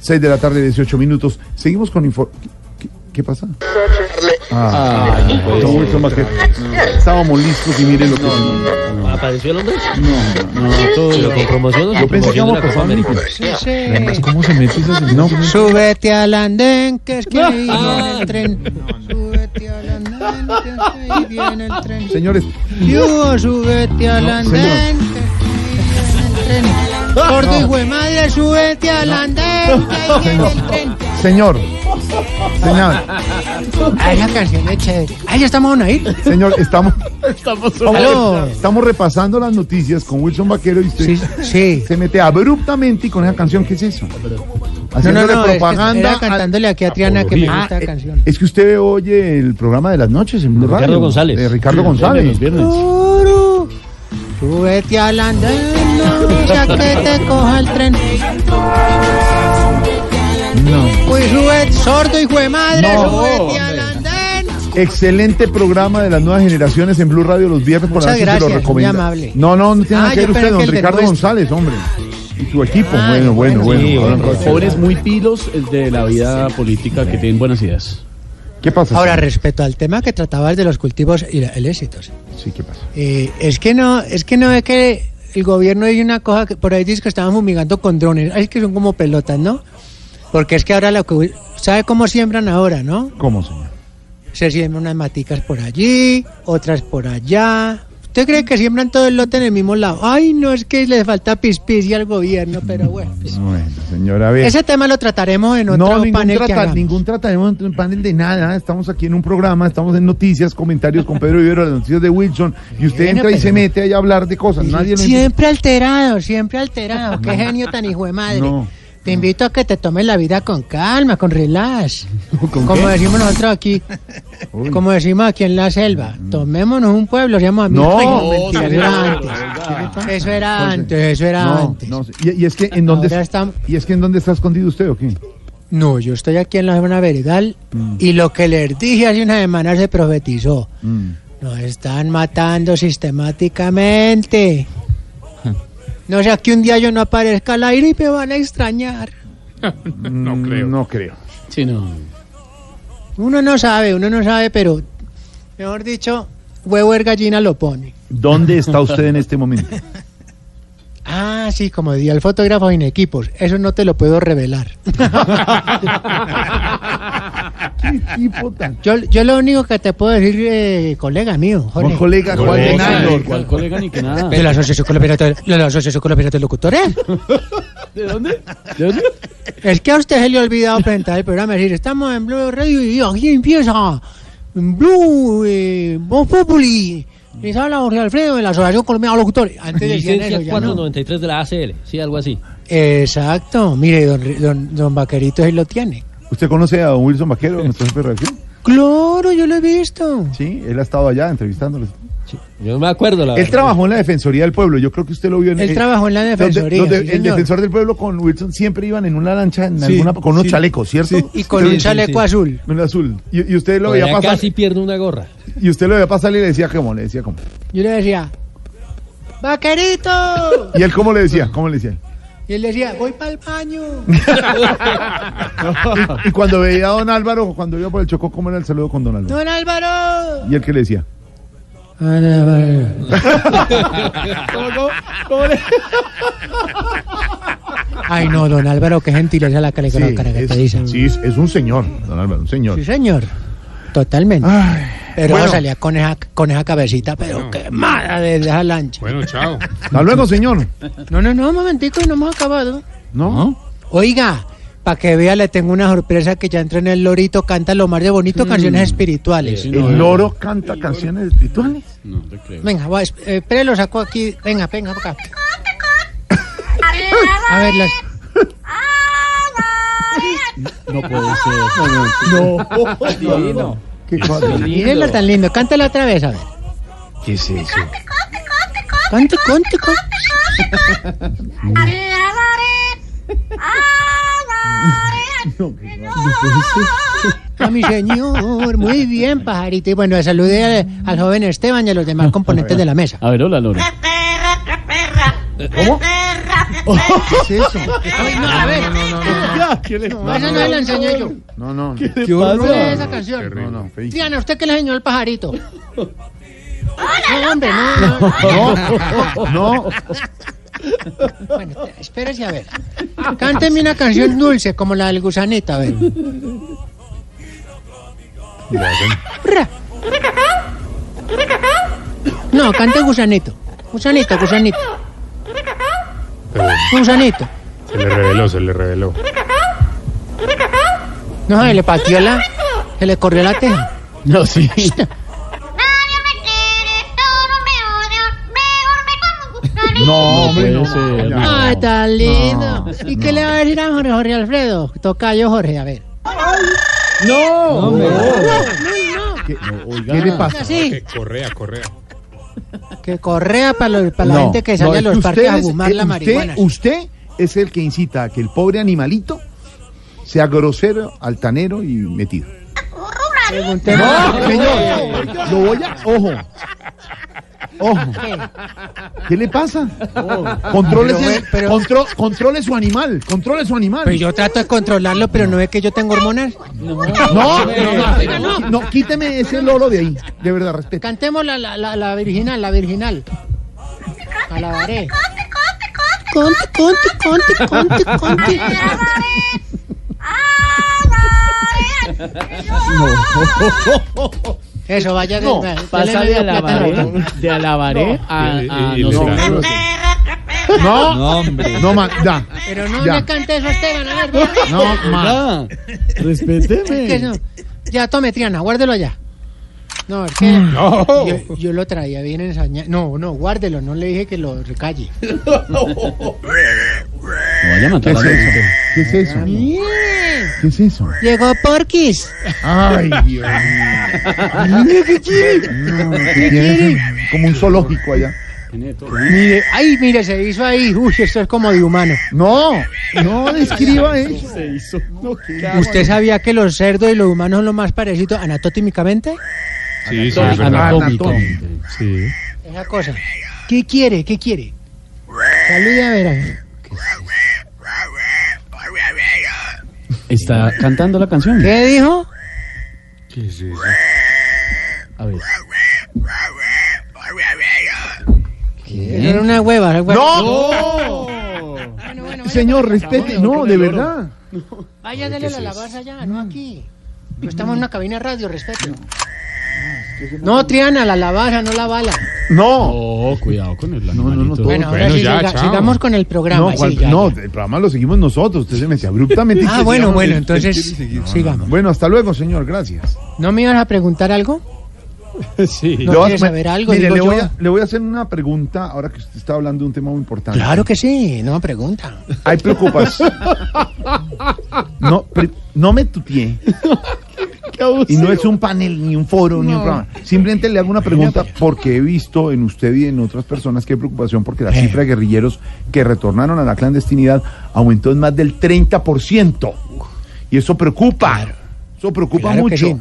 6 de la tarde, 18 minutos. Seguimos con info... ¿Qué, qué pasa? Ah, don Wilson Vázquez. Estábamos listos y mire lo que... ¿Apareció el hombre? No, no, todo ¿Pero con promoción o sin Yo pensé que promoción de íbamos la a Copa pasar América? Sí. ¿Cómo se mete esa No, Súbete al andén que es que No. ahí viene el tren. Súbete al andén que es que ahí viene el tren. señores, Yo, súbete al No, andén señor. que ahí viene el tren. Gordo hijo de madre, súbete al andén que ahí viene el tren. señor, señor, Ay, la canción es chévere. Ay, ya estamos a ir. señor, estamos, Aló. estamos repasando las noticias con Wilson Vaquero y usted Sí, sí. se mete abruptamente y con esa canción, ¿qué es eso? No, no, Haciéndole no, es que propaganda. era a- cantándole aquí a Triana que me Ah, gusta la eh, canción. Es que usted oye el programa de las noches en Blue Ricardo Radio, González. De eh, Ricardo Los González. viernes. Uru, súbete al andén, no sea que te coja el tren. No. Pues sube, sordo hijo de madre, No, súbete al andén. Excelente programa de las nuevas generaciones en Blue Radio los viernes por la Muchas noche. se lo gracias, muy recomiendo. amable. No, no, no tiene Ah, nada que yo ver usted, pensé don que el del Ricardo nuestro. González, hombre. Y su equipo. Ah, bueno, bueno, bueno, bueno. Sí, bueno. bueno, jóvenes muy pilos eh, de la vida política que tienen buenas ideas. ¿Qué pasa? Ahora, señor? respecto al tema que tratabas de los cultivos y la- el éxitos, Sí, ¿qué pasa? eh, es que no, es que no es que el gobierno hay una cosa que por ahí dice que estaban fumigando con drones, Ay, es que son como pelotas, ¿no? Porque es que ahora lo que sabe cómo siembran ahora, ¿no? ¿Cómo, señor? Se siembran unas maticas por allí, otras por allá. ¿Usted cree que siembran todo el lote en el mismo lado? Ay, no, es que le falta pispicia al gobierno, pero bueno. pues. Bueno, señora, a ver. Ese tema lo trataremos en otro no, ningún, panel que trata- hagamos. ningún trataremos en un panel de nada. Estamos aquí en un programa, estamos en noticias, comentarios con Pedro Vivero, las noticias de Wilson. Y usted Bueno, entra y pero- se mete ahí a hablar de cosas. Pues Nadie lo entiende. Siempre alterado, siempre alterado. Qué genio tan hijo de madre. No. Te invito a que te tomes la vida con calma, con relax. como decimos nosotros aquí, Uy. como decimos aquí en la selva. Tomémonos un pueblo, seamos amigos. No, Oh, Ay, no, mentira, eso era no, antes. Eso era antes, eso era No, antes. no, y, y es que en dónde Ahora es- está- y es que en dónde está escondido usted o qué? No, yo estoy aquí en la zona veredal y lo que les dije hace una semana se profetizó. Mm. Nos están matando sistemáticamente. No sea que un día yo no aparezca al aire y me van a extrañar. No creo. No creo. Sí, no. Uno no sabe, uno no sabe, pero mejor dicho, huevo de gallina lo pone. ¿Dónde está usted en este momento? Ah, sí, como decía el fotógrafo en equipos, eso no te lo puedo revelar. ¿Qué tipo tan? Yo, yo lo único que te puedo decir, eh, colega mío, Jorge, No, colega, ¿cuál de nada? Colega, ¿Cuál colega ni que nada? de la Asociación Colombiana de, de la Asociación Colombiana de Locutores. ¿De dónde? ¿De dónde? Es que a usted se le ha olvidado presentar el programa. Es decir, estamos en Blue Radio y aquí empieza Blue eh, Voz Populi. Les habla Jorge Alfredo de la Asociación Colombiana de Locutores. Antes decían eso, ya no. 493 de la ACL. Sí, algo así. Exacto. Mire, don, don, don Vaquerito ahí lo tiene. ¿Usted conoce a don Wilson Vaquero, nuestro jefe de reacción? Claro, yo lo he visto. Sí, él ha estado allá entrevistándoles. Yo no me acuerdo, la Él trabajó en la Defensoría del Pueblo, yo creo que usted lo vio en Ah, Él eh, trabajó en la los de- los de- Defensoría. sí, el señor. defensor del pueblo con Wilson siempre iban en una lancha, en alguna- con unos chalecos, ¿cierto? Y con un chaleco azul. Un azul. Y, y usted lo Por veía allá pasar. Pues casi pierdo una gorra. Y usted lo veía pasar y le decía cómo, le decía cómo. Yo le decía, ¡Vaquerito! Y él cómo le decía, cómo le decía. y él decía, voy para el baño. Y cuando veía a don Álvaro, cuando iba por el Chocó, ¿cómo era el saludo con don Álvaro? ¡Don Álvaro! Y él que le decía. Ah, Ay, no, don Álvaro, qué gentileza la que le Sí, caracteriza. es, sí, es- es un señor, don Álvaro, un señor. Sí, señor. Totalmente. Ay, pero Ah, bueno, salía con esa, con esa cabecita, pero quemada desde esa lancha. Bueno, chao. hasta luego, señor. No, no, no, un momentico, no hemos acabado. ¿No? Oiga, para que vea, le tengo una sorpresa que ya entré en el lorito, canta lo más de bonito, canciones espirituales. Sí, El loro canta canciones espirituales. No, te creo. Venga, va, es- eh, espere, lo saco aquí. Venga, venga, acá. A ver, las... No puede ser. No. Qué cosa. Mírenla tan lindo, cántala otra vez, a ver. ¿Qué es eso? Cante, cante, cante. A Ah, mi señor, muy bien, pajarito. Y bueno, saludé al, al joven Esteban y a los demás componentes de la mesa. A ver, hola, Lore. ¿Qué es eso? Ay, ¿Ah, no, a ver. Oiga, ¿qué le No, esa no la enseñé yo. No, no. ¿Qué le ¿Qué pasa? horror? Esa canción. No, no, feí. Diana, ¿usted qué le enseñó al pajarito? No, hombre, no, no. No, Bueno, espérese a ver. Cánteme una canción dulce como la del gusanito, a ver. Ra. No, cante gusanito. Gusanito, gusanito. Gusanito. Se le reveló, se le reveló. No, se le pateó la. Se le corrió la teja. No, sí. Nadie me quiere, todos me odian, me duerme como un no, hombre, puede gusanito. no. ser, Ya. no. Ay, tan lindo. ¿Y qué le va a decir a Jorge, Jorge Alfredo? Toca yo, Jorge, a ver. No, ¿Qué, oiga. qué le pasa? Así, Eh, Correa, correa. que correa para la No, gente que sale no, a es los que parques a ustedes- fumar eh, la usted- marihuana. Usted es el que incita a que el pobre animalito sea grosero, altanero y metido. Preguntemos- No, señor. Lo voy a. Ojo. Ojo. ¿Qué le pasa? Controle, Oh. Pero, ese- pero- contro- controle su animal. Controle su animal. Pero Pues yo trato de controlarlo, pero no es que yo tengo hormonas. No, no, no, no, quíteme ese loro de ahí. De verdad, respeto. Cantemos la, la, la, la virginal, la virginal. Alabaré. Conte, conte, conte, conte, conte. Eso, vaya. No, dale pasa medio de alabaré, plátano. de alabaré a, a Y- y- y- no sé no. qué cosa. No, No, hombre. No, más, ya. Pero no Ya. me cante eso, Esteban. A ver, vea. No, más. Ah, Es que no. Respéteme. Ya, tome, Triana, guárdelo ya. No, es que yo, yo lo traía bien ensañado. No, no, guárdelo, no le dije que lo recalle. No vaya a matar a Nelson. ¿Qué es eso? Bien. ¿Qué es eso? Llegó Porquis. Ay, Dios mío. Mire qué quiere. No, que tiene como un zoológico allá. Mire, ay, mire, se hizo ahí. Uy, esto es como de humano. No, no describa eso. Se hizo. ¿Usted sabía que los cerdos y los humanos son lo más parecidos anatómicamente? Sí, sí, es Ah, verdad. Anatómico. Sí. Esa cosa. ¿Qué quiere? ¿Qué quiere? Salude a ver. a ver. Está cantando la canción. ¿Qué dijo? ¿Qué es eso? A ver. ¿Eh? Era una hueva. era una hueva. No. Señor, respete. No, de verdad. Vaya, dale la alabanza allá, no aquí. No estamos en una cabina de radio, respeto. No, Triana, la alabanza, no la bala. No. Oh, cuidado con el no, animalito. todo. Bueno, ahora bueno, sí, ya, siga- chao. sigamos con el programa. No, sí, cual- ya, no, ya. el programa lo seguimos nosotros. Usted se metió abruptamente. Ah, bueno, bueno, entonces sigamos. Bueno, hasta luego, señor. Gracias. ¿No me ibas a preguntar algo? Sí. Le No voy a- quieres saber algo, mire, digo le, voy yo. a, le voy a hacer una pregunta ahora que usted está hablando de un tema muy importante. Claro que sí, no pregunta. Hay preocupación. No, pre- no me tutié. Y no es un panel, ni un foro, ni un programa. Simplemente le hago una pregunta porque he visto en usted y en otras personas que hay preocupación porque la Eh. cifra de guerrilleros que retornaron a la clandestinidad aumentó en más del 30%. Y eso preocupa. Eso preocupa Claro que mucho. sí.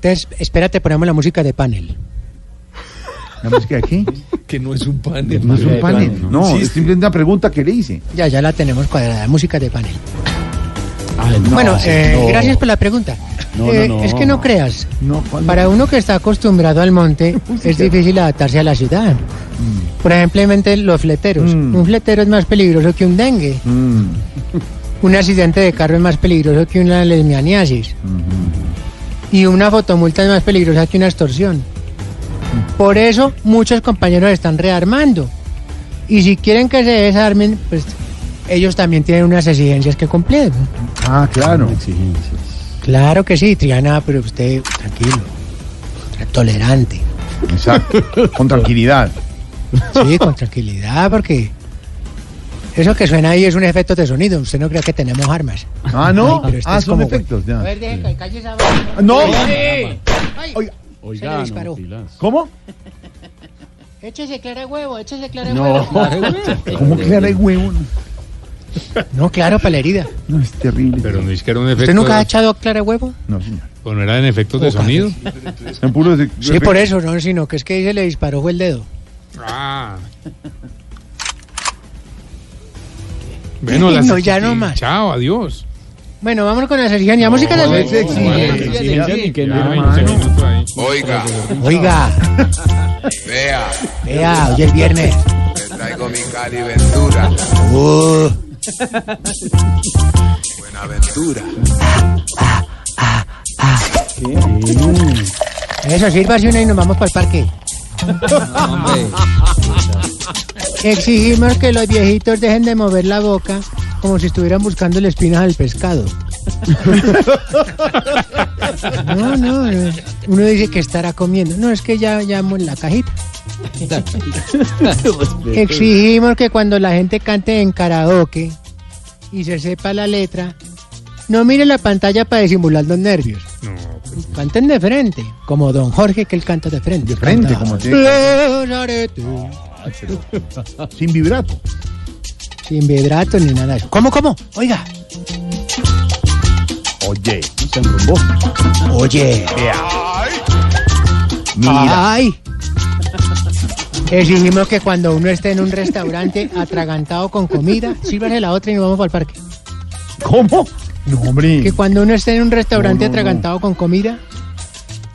Entonces, espérate, ponemos la música de panel. ¿La música de qué? que no es un panel. No es un Sí, panel. claro, no. No, es simplemente una pregunta que le hice. Ya, ya la tenemos cuadrada, música de panel. Ah, Ay, no, bueno, eh, no. gracias por la pregunta. No, Eh, no, no. Es que no creas. No, ¿cuál no? Para uno que está acostumbrado al monte, es difícil adaptarse a la ciudad. Por ejemplo, los fleteros. Mm. Un fletero es más peligroso que un dengue. Mm. Un accidente de carro es más peligroso que una lesbianiasis. Y una fotomulta es más peligrosa que una extorsión. Por eso muchos compañeros están rearmando. Y si quieren que se desarmen, pues ellos también tienen unas exigencias que cumplir. ¿no? Ah, claro. Exigencias. Claro que sí, Triana, pero usted tranquilo, tolerante. Exacto. Con tranquilidad. Sí, con tranquilidad, porque eso que suena ahí es un efecto de sonido. Usted no cree que tenemos armas. Ah, no. Ay, pero este ah, es son como, efectos. Ya. deje que calle esa No. Oiga. Oiga, Se le Oiga, disparó. no, pilas. ¿Cómo? Échese clara de huevo, échese clara de No. huevo. ¿Cómo que era de huevo? No, claro, para la herida. No, es terrible. Pero no es que era un efecto. ¿Usted nunca ha de- echado clara de huevo? No, señor. ¿O no era en efectos de sonido? Están puros de- Sí, por eso, no, sino que es que se le disparó Ah. fue el dedo. Ah. Bueno, las No, ya no más. Chao, adiós. Bueno, vámonos con la sección. Ya música de la no, sección. Sí, Bueno, sí, sí, sí, sí, ya, sí, ni que no, ya, hermano. 15 minutos ahí. Oiga, Oiga, vea, vea, hoy es viernes. le traigo mi Cali Ventura. Uh, Buenaventura. eso, sírvase una y nos vamos para el parque. Exigimos que los viejitos dejen de mover la boca como si estuvieran buscando la espina del pescado. No, no, no. Uno dice que estará comiendo. No, es que ya llamo en la cajita. Exigimos que cuando la gente cante en karaoke y se sepa la letra, no mire la pantalla para disimular los nervios. pues. Canten de frente, como don Jorge que él canta de frente. De frente, Canta, como tiene que "Los aretes", Sin vibrato. Sin vibrato ni nada de eso. ¿Cómo, cómo? Oiga. Oye, Oye. Ah. mira. Ay. Exigimos que cuando uno esté en un restaurante atragantado con comida, sírvase la otra y nos vamos para el parque. ¿Cómo? No, hombre. Que cuando uno esté en un restaurante atragantado con comida,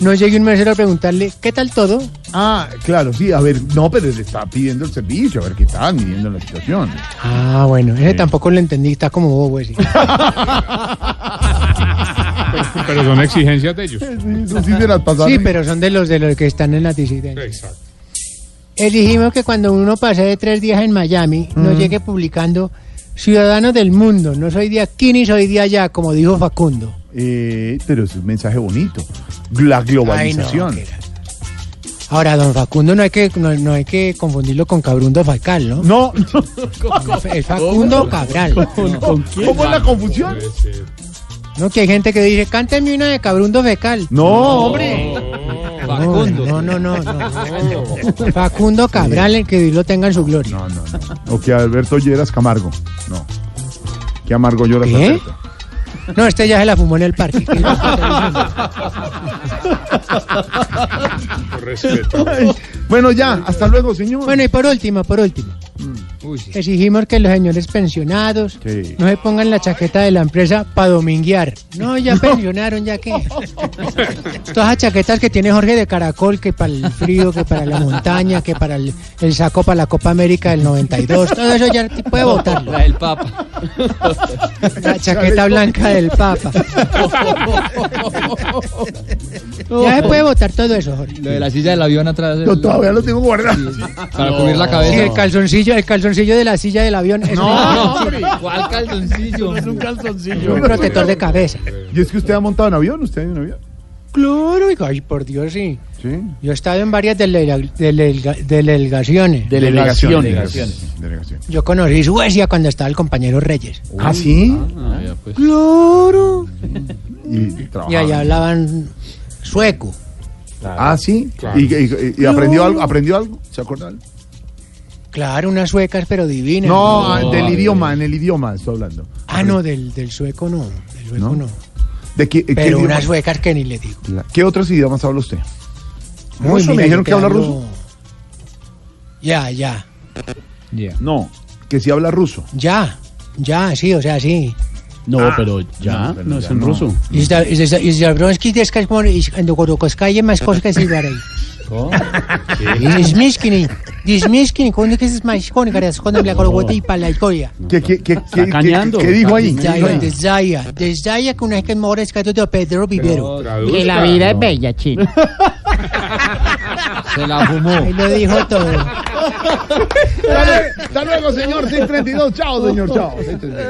no llegue un mesero a preguntarle, ¿qué tal todo? Ah, claro, sí. A ver, no, pero le está pidiendo el servicio, a ver qué está midiendo la situación. Ah, bueno, ese tampoco lo entendí, está como bobo ese. Pero son exigencias de ellos. Sí, eso sí se las pasaron. Sí, pero son de los de los que están en la disidencia. Exacto. Exigimos que cuando uno pase de tres días en Miami, no llegue publicando Ciudadanos del Mundo, no soy de aquí ni soy de allá, como dijo Facundo. Eh, pero es un mensaje bonito. La Ay, no, globalización. que era. Ahora, don Facundo no hay que, no, no hay que confundirlo con Cabrundo Facal, ¿no? no, Es Facundo Cabral. ¿Con quién? ¿cómo es la confusión? Puede ser. No, que hay gente que dice, cántame una de Cabrundo Fecal. No, hombre. No, No, no, no, no, no. Facundo Cabral, el que Dios lo tenga en su gloria. No, no, no. O que Alberto Lleras Camargo. No. Que amargo lloras ¿Qué? Alberto. ¿Eh? No, este ya se la fumó en el parque. Por respeto. Ay, Bueno, ya. Hasta luego, señor. Bueno, y por último, por último. Mm, Exigimos que los señores pensionados Sí. no se pongan la chaqueta de la empresa para dominguear. No, ya pensionaron, ya qué. Todas las chaquetas que tiene Jorge de Caracol, que para el frío, que para la montaña, que para el, el saco para la Copa América del 92, todo eso ya te puede votarlo. El Papa. La chaqueta blanca del Papa. Ya se puede votar todo eso, Jorge. Lo de la silla del avión atrás. Yo todavía lo tengo guardado. Para cubrir la Sí, cabeza. el calzoncillo, el calzoncillo de la silla del avión es un- ¿Cuál calzoncillo? Es un calzoncillo. un protector de cabeza. ¿Y es que usted ha montado en avión? ¿Usted ha ido en avión? Claro, oiga, ay, por Dios, sí. Sí. Yo he estado en varias delega- delega- delegaciones. Delegaciones. Delegaciones. Delegaciones. Yo conocí Suecia cuando estaba el compañero Reyes. ¿Ah, sí? Claro. Y Y allá trabajaba. hablaban sueco. Ah, sí. Claro. ¿Y, y- y- y aprendió algo? ¿Aprendió algo? ¿Se acuerda algo? Claro, unas suecas, pero divinas. No, ah, del idioma, en el idioma estoy hablando. Ah, no, del, del sueco no. Del sueco ¿No? no. ¿De qué, qué Pero idioma- unas suecas que ni le digo. la- ¿Qué otros idiomas habla usted? Uy, Ruso, me mira, dijeron yo que habla hablo- ruso. Ya, ya. No, que sí habla ruso. Ya. Ya, sí, o sea, sí. No, pero ya, no, pero no ya es en no. ruso. Y da- y da- y da bronski deskas mor- y cuando Gorokoscaye más cosas que se iba a reír. Dismiskini. Dismiskini, cuando que es más con caras, cuando la corogota y para la historia. ¿Qué, qué, qué, qué, cañando, qué- qué dijo ahí? ¿Qué está dijo Zaya, ahí? desaya, desaya que una vez que mora es que todo Pedro Vivero. Traduzca. es bella, chino. Se la fumó. Ahí lo dijo todo. Dale, Hasta luego, señor 632. Chao, señor. Chao. 632.